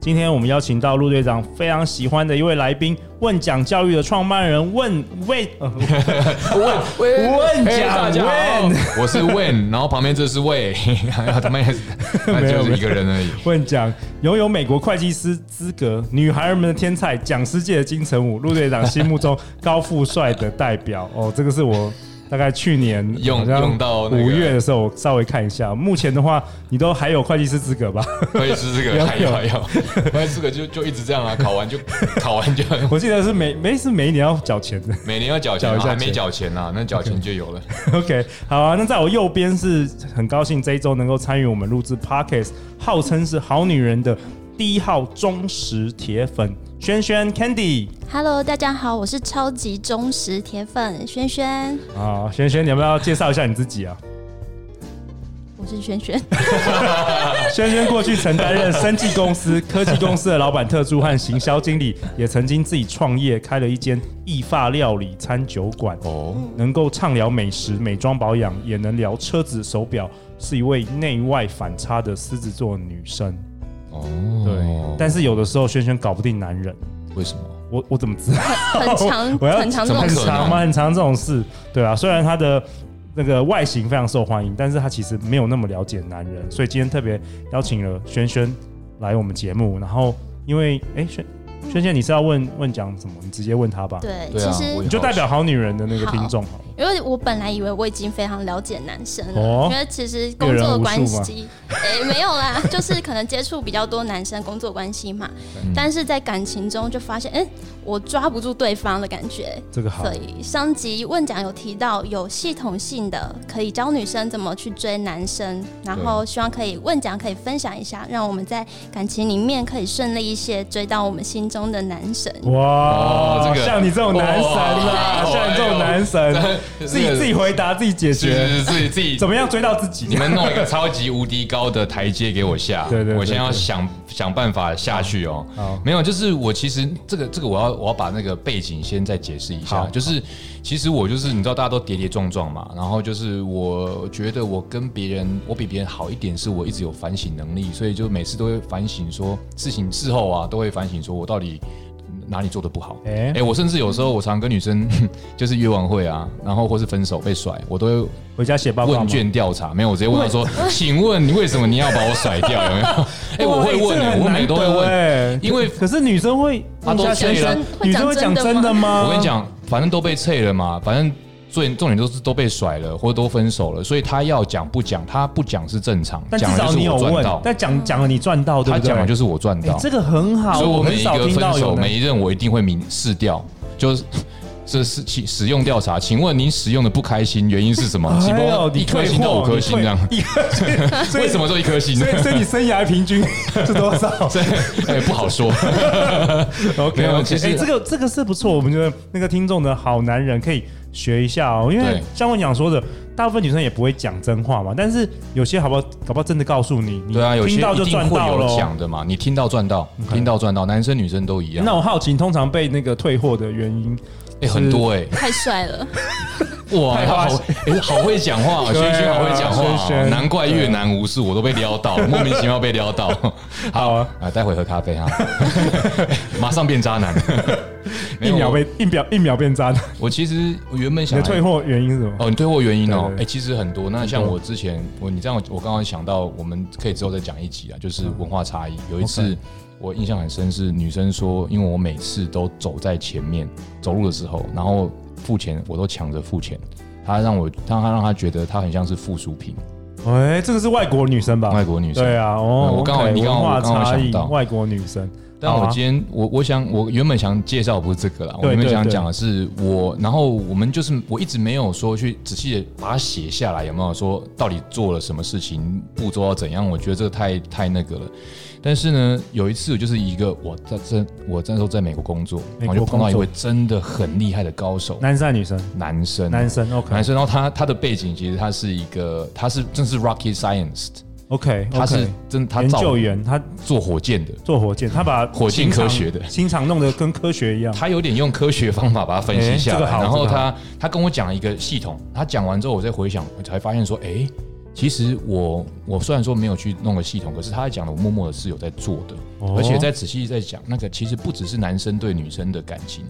今天我们邀请到陆队长非常喜欢的一位来宾，问讲教育的创办人问问、呃喂问嘿讲大家好问，我是 Wen，然后旁边这是魏，然后他们 也是，那就是一个人而已。问讲拥有美国会计师资格，女孩儿们的天才，讲师界的金城武，陆队长心目中高富帅的代表。哦，这个是我大概去年用好像用到那个五月的时候，我稍微看一下。目前的话，你都还有会计师资格吧？ 会计师这有个还有有还有，会计师这个就就一直这样啊，考完就考完就我记得是每每是每一年要缴钱的。 每年要缴钱缴一啊，下还没钱缴钱啊，那缴钱就有了。 OK，好啊。那在我右边是很高兴这一周能够参与我们录制 Podcast，号称是好女人的第一号忠实铁粉轩轩 Candy Hello，大家好，我是超级忠实铁粉轩轩，啊，轩轩，你要不要介绍一下你自己啊？我是轩 轩。轩轩过去曾担任生技公司、科技公司的老板特助和行销经理，也曾经自己创业，开了一间意法料理餐酒馆。哦，能够畅聊美食、美妆保养，也能聊车子、手表，是一位内外反差的狮子座女生。哦，对，但是有的时候轩轩搞不定男人，为什么？我我怎么知道？很长我要很长这哦怎么很种可能长吗？很长这种事，对啊。虽然他的那个外形非常受欢迎，但是他其实没有那么了解男人，所以今天特别邀请了轩轩来我们节目。然后因为哎，轩轩轩，你是要问问讲什么？你直接问他吧。对，对其啊实我也你就代表好女人的那个听众好了。因为我本来以为我已经非常了解男生了，哦因为其实工作的关系， 诶、没有啦，就是可能接触比较多男生工作关系嘛，嗯但是在感情中就发现，哎、我抓不住对方的感觉。这个好所，以上集问讲有提到有系统性的可以教女生怎么去追男生，然后希望可以问讲可以分享一下，让我们在感情里面可以顺利一些，追到我们心中的男神。哇，哦这个像你这种男神啦， 哇像你这种男神，这 自己自己回答，自己解哦是决，是自己自己怎么样追到自己？你们弄一个超级无敌高的台阶给我下，对对对我先要对想想办法下去哦好。没有，就是我其实这个这个我要我要把那个背景先再解释一好下，就是其实我就是你知道大家都跌跌撞撞嘛，然后就是我觉得我跟别人我比别人好一点，是我一直有反省能力，所以就每次都会反省说事情事后啊都会反省说我到底。哪里做的不好？哎、哎我甚至有时候我常跟女生 就是约完会啊，然后或是分手被甩，我都会回家写报告吗问卷调查，没有，我直接问 他说：“请问你为什么你要把我甩掉？”有没有？哎、我会哇问、这个欸，很我每个都会难得问。欸因为可可是女生会啊都问一下醉了先生女生会讲真的吗？我跟你，讲，反正都被撤了嘛，反正最重点都是都被甩了或者都分手了，所以他要讲不讲，他不讲是正常，但至讲了少就是你有我赚问到，，但讲讲了你赚到，对他不对？讲了就是我赚哎到，这个很好，所以我很每一少个听分到有手每人一任我一定会明示掉，就是。 这是使使用调查，请问您使用的不开心原因是什么？几哎呦波你一颗退星到货五颗星这样，你退所以为什么？说一颗星 所？以所以你生涯平均 是多少哎，不好说。嗯？OK， 没有 OK，其实哎，这个这个是不错，我们觉得那个听众的好男人可以学一下哦，因为对像我讲说的，大部分女生也不会讲真话嘛，但是有些好不好，搞不好真的告诉你，你对啊，有些听到就一定赚会到了有哦。讲的嘛，你听到赚到，听到赚到，男生女生都一样。那我好奇，你通常被那个退货的原因，哎，很多哎，太帅了，哇，太花好哎，好会讲话，对啊轩轩好会讲话轩哦，轩难怪越南无数我都被撩到，莫名其妙被撩到。啊 好啊啊，待会喝咖 啡哈，马上变渣男。没一有秒被一秒一秒变渣男，我其实我原本你想的退货原因是什么？哦，你退货原因哦嗯对对，对哎、其实很多。那像我之前，我你这样，我刚刚想到，我们可以之后再讲一集啊，就是嗯文化差异。有一次我印象很深，是女生说，因为我每次都走在前面，走路的时候，然后付钱我都抢着付钱，她让我让她让她觉得她很像是附属品，哎，这个是外国女生吧？外国女生。对啊，哦，我刚好 OK，你刚好文化我刚好差想异到，外国女生，但好我啊今天我我想我原本想介绍不是这个啦，我对原本对想对讲的是我，然后我们就是我一直没有说去仔细的把它写下来，有没有说到底做了什么事情，步骤要怎样？我觉得这个太太那个了。但是呢，有一次我就是一个我在在我那时候在美国工作，美然国后就碰工到一作位真的很厉害的高手，男生还是女生？男生，男生嗯男，OK，OK，生，然后他他的背景其实他是一个，他是正是 rocket science，他是真他研造究员，他做火箭的，做火箭，他把火箭心肠科学的心肠弄得跟科学一 样。他有点用科学方法把它分析下哎这个来，好然这后个好他他跟我讲一个系统，他讲完之后我再回想，我才发现说，哎，其实我我虽然说没有去弄个系统，可是他讲的我默默的是有在做的，哦而且在仔细在讲那个，其实不只是男生对女生的感情。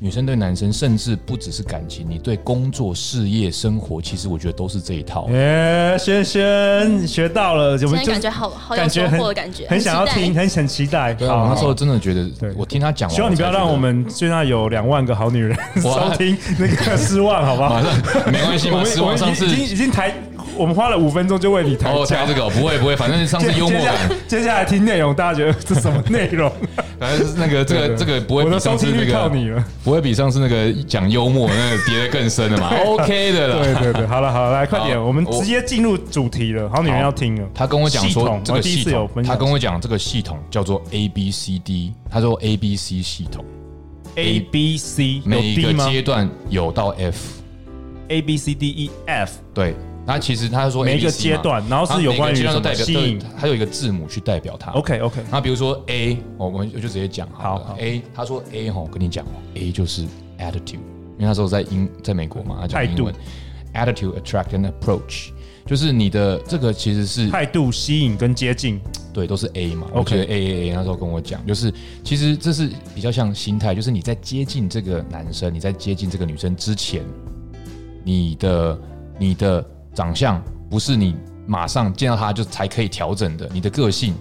女生对男生，甚至不只是感情，你对工作、事业、生活，其实我觉得都是这一哎套。耶，轩轩学到了，我现们在就感觉好好有感收觉很获的感觉，很想要期待听，。很很期待。对啊，我那时候真的觉对得，我听他讲完，希望你不要才觉得让我们现在有两万个好女人 收听那个失望，好不好马？上 没关系 我嘛，们失我们望上次已经已经抬，我们花了五分钟就为你抬哦，价讲这。个不会不会，反正上次接幽默接下感，接下来听内容，大家觉得这什么内 容？反正是那个这对个对这个不会我比的上收次听那率靠你个了。不会比上次那个讲幽默那个跌得更深了嘛，OK 的 对啦。对对，好了好了，来快点，啊好我们我直接进入主题了。好女人好要听了，他跟我讲系说统这我个第一系次有统分，享他跟我讲这个系统叫做 A B C D，他说 A B C 系统， A B C 有每一 D 个吗阶段有到 F， ？A B C D E F，对。那其实他说每一个 ABC 嘛阶段然后是它有每个关于阶段都什么代表吸引对它有一个字母去代表它。 OK OK，那比如说 A，我哦我们就直接讲好了。好好 A，他说 A 哈，我跟你讲哦，A 就是 attitude，因为那时候在英在美国嘛，他讲态度英文，attitude, attract and approach，就是你的这个其实是态度、吸引跟接近，对都是 A 嘛。我 OK 觉得 A A A 那时候跟我讲，就是其实这是比较像心态，就是你在接近这个男生，你在接近这个女生之前，你的你的长相不是你马上见到他就才可以调整的，你的个性。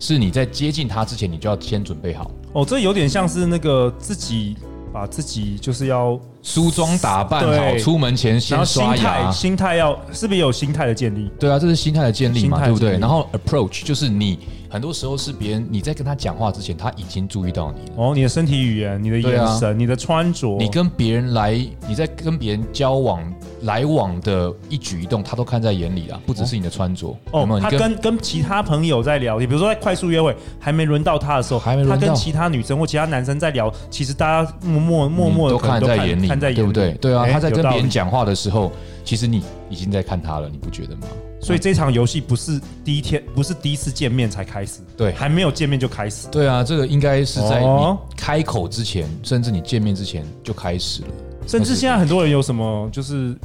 是你在接近他之前，你就要先准备好。哦，这有点像是那个自己把自己就是要，梳妆打扮好，对出门前然后先心刷态牙。心态要是不是也有心态的建立？对啊，这是心态的建立心嘛，态对不对建？立然后 approach 就是你很多时候是别人你在跟他讲话之前，他已经注意到你了。哦，你的身体语言、你的对眼啊神、你的穿着，你跟别人来，你在跟别人交往来往的一举一动，他都看在眼里啊，不只是你的穿着。有没哦有，他你跟跟其他朋友在聊天，比如说在快速约会，还没轮到他的时候，还没轮他到跟其他女生或其他男生在聊，其实大家默默默默你地嗯都可能看在眼里，看在眼里，对不对？对啊，哎他在有跟道别人理讲话的时候，其实你已经在看他了，你不觉得吗？所以这场游戏不是第一天，不是第一次见面才开始，对还没有见面就开始。对啊，这个应该是在你哦开口之前，甚至你见面之前就开始了。甚至现在很多人有什么就是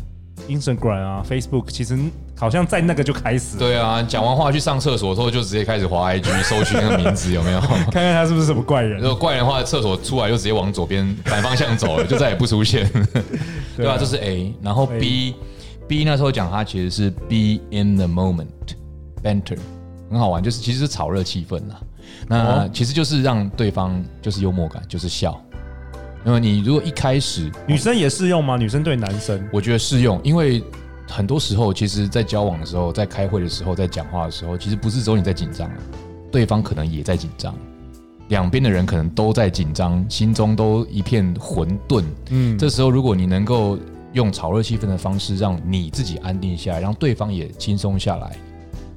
Instagram 啊、Facebook，其实好像在那个就开始，对啊，讲完话去上厕所的时候，就直接开始滑 IG 搜寻那个名字有没有？看看他是不是什么怪如人。果怪人的话，厕所出来就直接往 左边反方向走了，就再也不出现。对啊，这是 A，然后 A B B 那时候讲他其实是 be in the moment banter，很好玩，就是其实是炒热气氛啦。那哦其实就是让对方就是幽默感，就是笑。那么你如果一开始女生也适用吗？女生对男生？我觉得适用，因为很多时候，其实，在交往的时候，在开会的时候，在讲话的时候，其实不是只有你在紧张，啊对方可能也在紧张，两边的人可能都在紧张，心中都一片混沌。嗯，这时候，如果你能够用炒热气氛的方式，让你自己安定下来，让对方也轻松下来，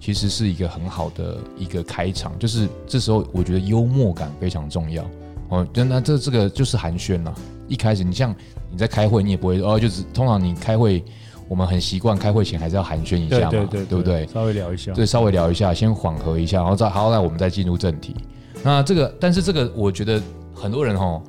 其实是一个很好的一个开场。就是这时候，我觉得幽默感非常重要。哦，那那这这个就是寒暄啦。一开始你像你在开会，你也不会哦，就是通常你开会，我们很习惯开会前还是要寒暄一对下嘛，对对不对？稍微聊一下。对，稍微聊一下，先缓和一下，然后再好，那我们再进入正题。那这个，但是这个，我觉得很多人哦，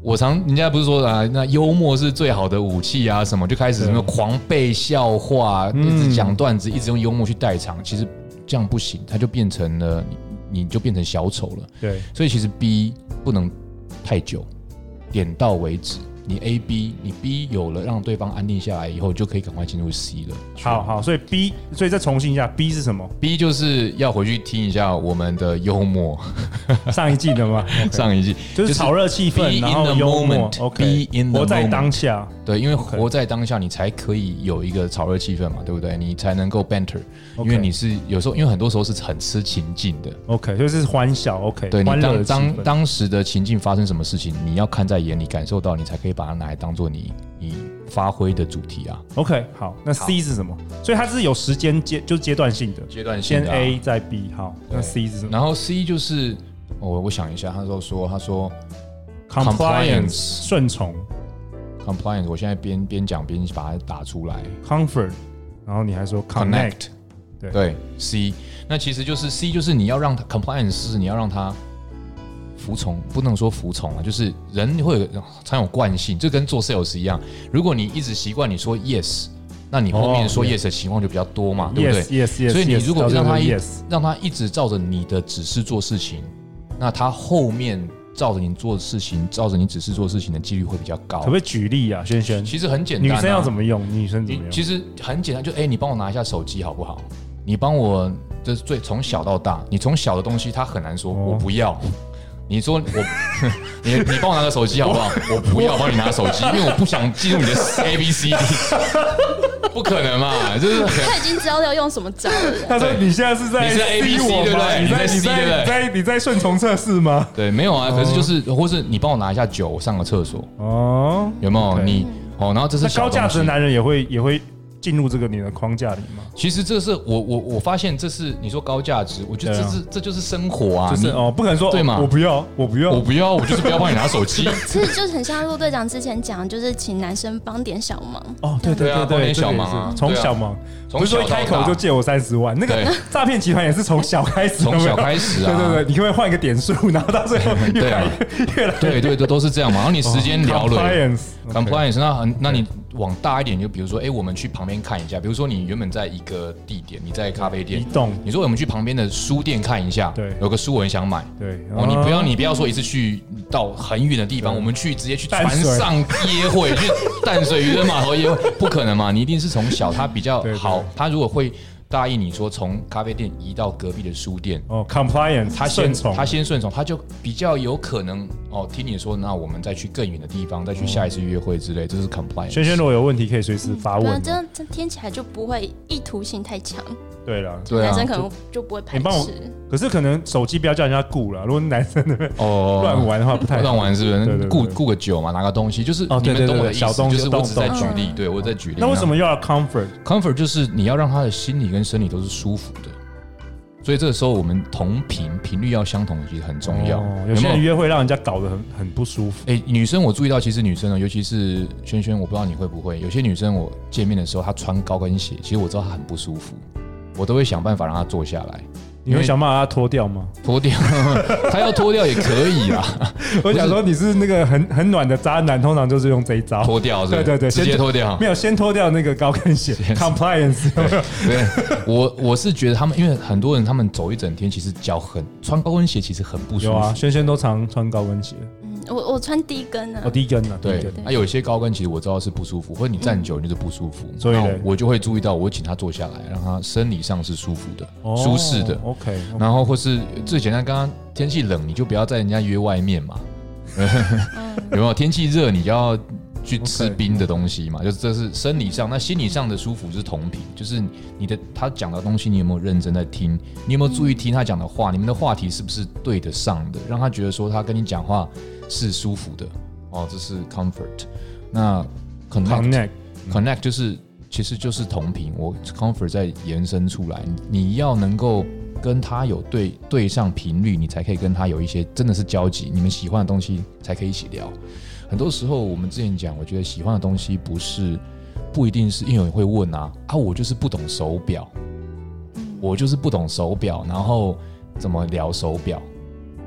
我常人家不是说啊，那幽默是最好的武器啊，什么就开始什么狂背笑话，嗯一直讲段子，一直用幽默去代偿，其实这样不行，它就变成了你，你就变成小丑了。对，所以其实 B 不能太久，点到为止。你 A B，你 B 有了让对方安定下来以后，就可以赶快进入 C 了。好好，所以 B，所以再重新一下，B 是什 么？ B 就是要回去听一下我们的幽默上一季的吗？ 上一季，就是炒热气 be 氛， in 然后 the 幽默 moment， ，OK， be in the 活在 moment 当下。对，因为活在当下，你才可以有一个炒热气氛嘛，对不对？你才能够 banter，因 OK 为你是有时候，因为很多时候是很吃情境的。 OK，就是欢笑，OK，对你欢乐的当气当氛。当时的情境发生什么事情，你要看在眼里，感受到，你才可以把它拿来当做你你发挥的主题啊。 OK，好，那 C 是什么？所以它是有时间阶，就是阶段性的，阶段性先的啊 A 再 B，好，那对 C 是什么然后 C 就是我、我想一下，他说说他说 compliance 顺从 compliance，我现在边边讲边把它打出来。 ，comfort，然后你还说 connect， connect，对对 C，那其实就是 C，就是你要让他 compliance 是你要让他服从，不能说服从啊，就是人会有常有惯性，就跟做 sales 一样，如果你一直习惯你说 yes，那你后哦面说 yes 的情况就比较多嘛，对不对 Yes, yes, yes, 所以你 yes，如果到最让后他是一 yes 让他一直照着你的指示做事情，那他后面照着你做事情，照着你指示做事情的几率会比较高可不。可以举例啊，轩轩？其实很简单、女啊，生要怎么用？女生怎你么其用？实很简单，就哎、你帮我拿一下手机好不好？你帮我，这是最从小到大，你从小的东西，他很难说、哦我不要。你说我， 你你帮我拿个手机好不好？我不要帮你拿手机，因为我不想进入你的 A B C D，不可能嘛，就是很他已经知道要用什么招了。他说对你现在是在你是 A, C B, C，我对不吗？对你在你在你 C，对不在对你在你在顺从测试吗？对，没有啊。可是就是，或是你帮我拿一下酒，我上个厕所，哦，有没有？ OK 你哦，然后这是那小高价东值西的男人也会也会进入这个你的框架里吗？其实这是我我我发现这是你说高价值，我觉得对这啊是、这就是生活啊，就是你哦，不可能说对嘛哦我不要，我不要，我不要，我就是不要帮你拿手机。 其实就是很像陆队长之前讲，就是请男生帮点小忙。哦，对对对啊对帮对，点这个小也忙啊是从对啊小忙，不从是说小一开到口大就借我三十万，那个对诈骗集团也是从小开始，从有小没有开始对啊，对对，你可不可以换一个点数， 然后到最后越对来啊越越来 对对对都是这样嘛。然后你时间聊哦了 compliance，compliance， compliance，那很那你往大一点，就比如说，哎，我们去旁边看一下。比如说你原本在一个地点，你在咖啡移店，动你说我们去旁边的书店看一下，对有个书我很想买。对哦，你不要啊你不要说一次去到很远的地方，对我们去直接去淡船水上约会，去淡水渔人码头约会，不可能嘛？你一定是从小他比较对对好，他如果会答应你说从咖啡店移到隔壁的书店，哦 compliance，他顺先从，他先顺从，他就比较有可能哦。听你说，那我们再去更远的地方，再去下一次约会之类，这是 compliance。轩轩如果有问题可以随时发那问啊啊这。样这样听起来就不会意图性太强，对了，对男啊生，可能就不会排你帮我斥。可是可能手机不要叫人家顾了，如果男生的哦乱玩的话不太好乱。玩是不对对是？对顾顾个酒嘛，拿个东西，就是哦你对对们懂我对的意小思，东西就是我只在动举动例，对我在举例。那为什么又要 comfort？ comfort 就是你要让他的心理跟生理都是舒服的？所以这个时候我们同频频率要相同，其实很重要。哦有有些人没有？约会让人家搞得很很不舒服。哎、女生我注意到，其实女生呢，尤其是轩轩，我不知道你会不会，有些女生我见面的时候，她穿高跟鞋，其实我知道她很不舒服，我都会想办法让她坐下来。你会想办法把它脱掉吗？脱掉， 她要脱掉也可以啊啦，我想说你是那个很很暖的渣男，通常就是用这一招。脱掉是对不是哦对对，直接先脱掉没。有先脱掉那个高跟 鞋 compliance 有没有对，我我是觉得他们，因为很多人他们走一整天，其实脚很穿高跟鞋，其实很不舒有服。啊，轩轩都常穿高跟鞋，嗯，我我穿低跟啊哦，，低跟啊，低对跟，那、有些高跟其实我知道是不舒服，或者你站久你就是不舒服，所以那嘞我就会注意到，我请他坐下来，让他生理上是舒服的、哦舒适的。 OK，然后或是最简单，刚刚天气冷，你就不要在人家约外面嘛，有没有？天气热，你就要去吃 OK 冰的东西嘛，就是这是生理上，那心理上的舒服是同频，就是你的他讲的东西，你有没有认真在听？你有没有注意听他讲的话？你们的话题是不是对得上的？让他觉得说他跟你讲话是舒服的哦，这是 comfort。那 connect connect connect 就是其实就是同频，我 comfort 再延伸出来，你要能够跟他有对对上频率，你才可以跟他有一些真的是交集，你们喜欢的东西才可以一起聊。很多时候我们之前讲，我觉得喜欢的东西不是不一定是，因为有人会问啊啊，我就是不懂手表，我就是不懂手表，然后怎么聊手表？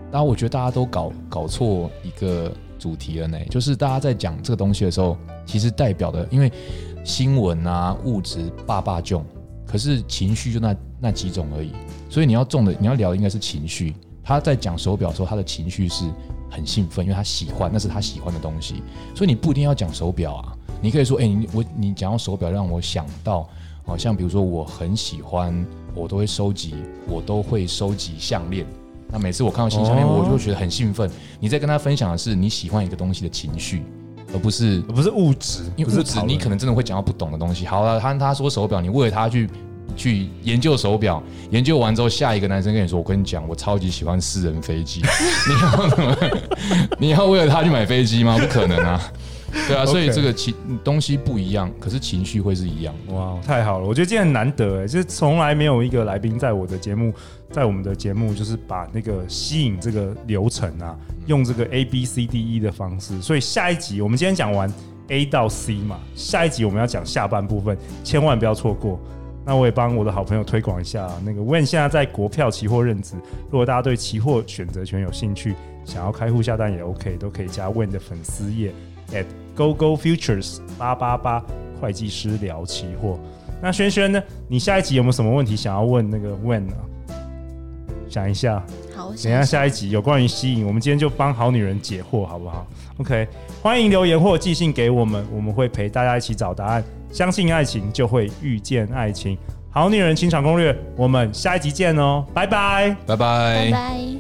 然后我觉得大家都搞搞错一个主题了呢，就是大家在讲这个东西的时候，其实代表的，因为新闻啊、物质、爸爸囧，可是情绪就那那几种而已，所以你要重的，你要聊的应该是情绪，他在讲手表的时候，他的情绪是很兴奋，因为他喜欢，那是他喜欢的东西。所以你不一定要讲手表啊，你可以说，哎、你我你讲到手表，让我想到，好、像比如说我很喜欢，我都会收集，我都会收集项链。那每次我看到新项链，哦我就觉得很兴奋。你在跟他分享的是你喜欢一个东西的情绪，而不是不是物质，因不为是物质讨论你可能真的会讲到不懂的东西。好了，他他说手表，你为了他去去研究手表，研究完之后，下一个男生跟你说：“我跟你讲，我超级喜欢私人 飞机。”你要怎么？你要为了他去买飞机吗？不可能啊！对啊，所以 OK 这个情东西不一样，可是情绪会是一样的。哇，太好了！我觉得今天很难得哎，就是从来没有一个来宾在我的节目，在我们的节目就是把那个吸引这个流程啊，用这个 A B C D E 的方式。所以下一集我们今天讲完 A 到 C 嘛，下一集我们要讲下半部分，千万不要错过。那我也帮我的好朋友推广一下、那个 Wen 现在在国票期货任职，如果大家对期货选择权有兴趣，想要开户下单也 OK，都可以加 Wen 的粉丝页 at Go Go Futures 八八八会计师聊期货。那轩轩呢？你下一集有没有什么问题想要问那个 Wen 呢、想一下，好，我等想一下一下一集有关于吸引，我们今天就帮好女人解惑，好不好？OK，欢迎留言或寄信给我们，我们会陪大家一起找答案。相信爱情，就会遇见爱情。好女人情场攻略，我们下一集见哦，拜拜。拜拜拜拜。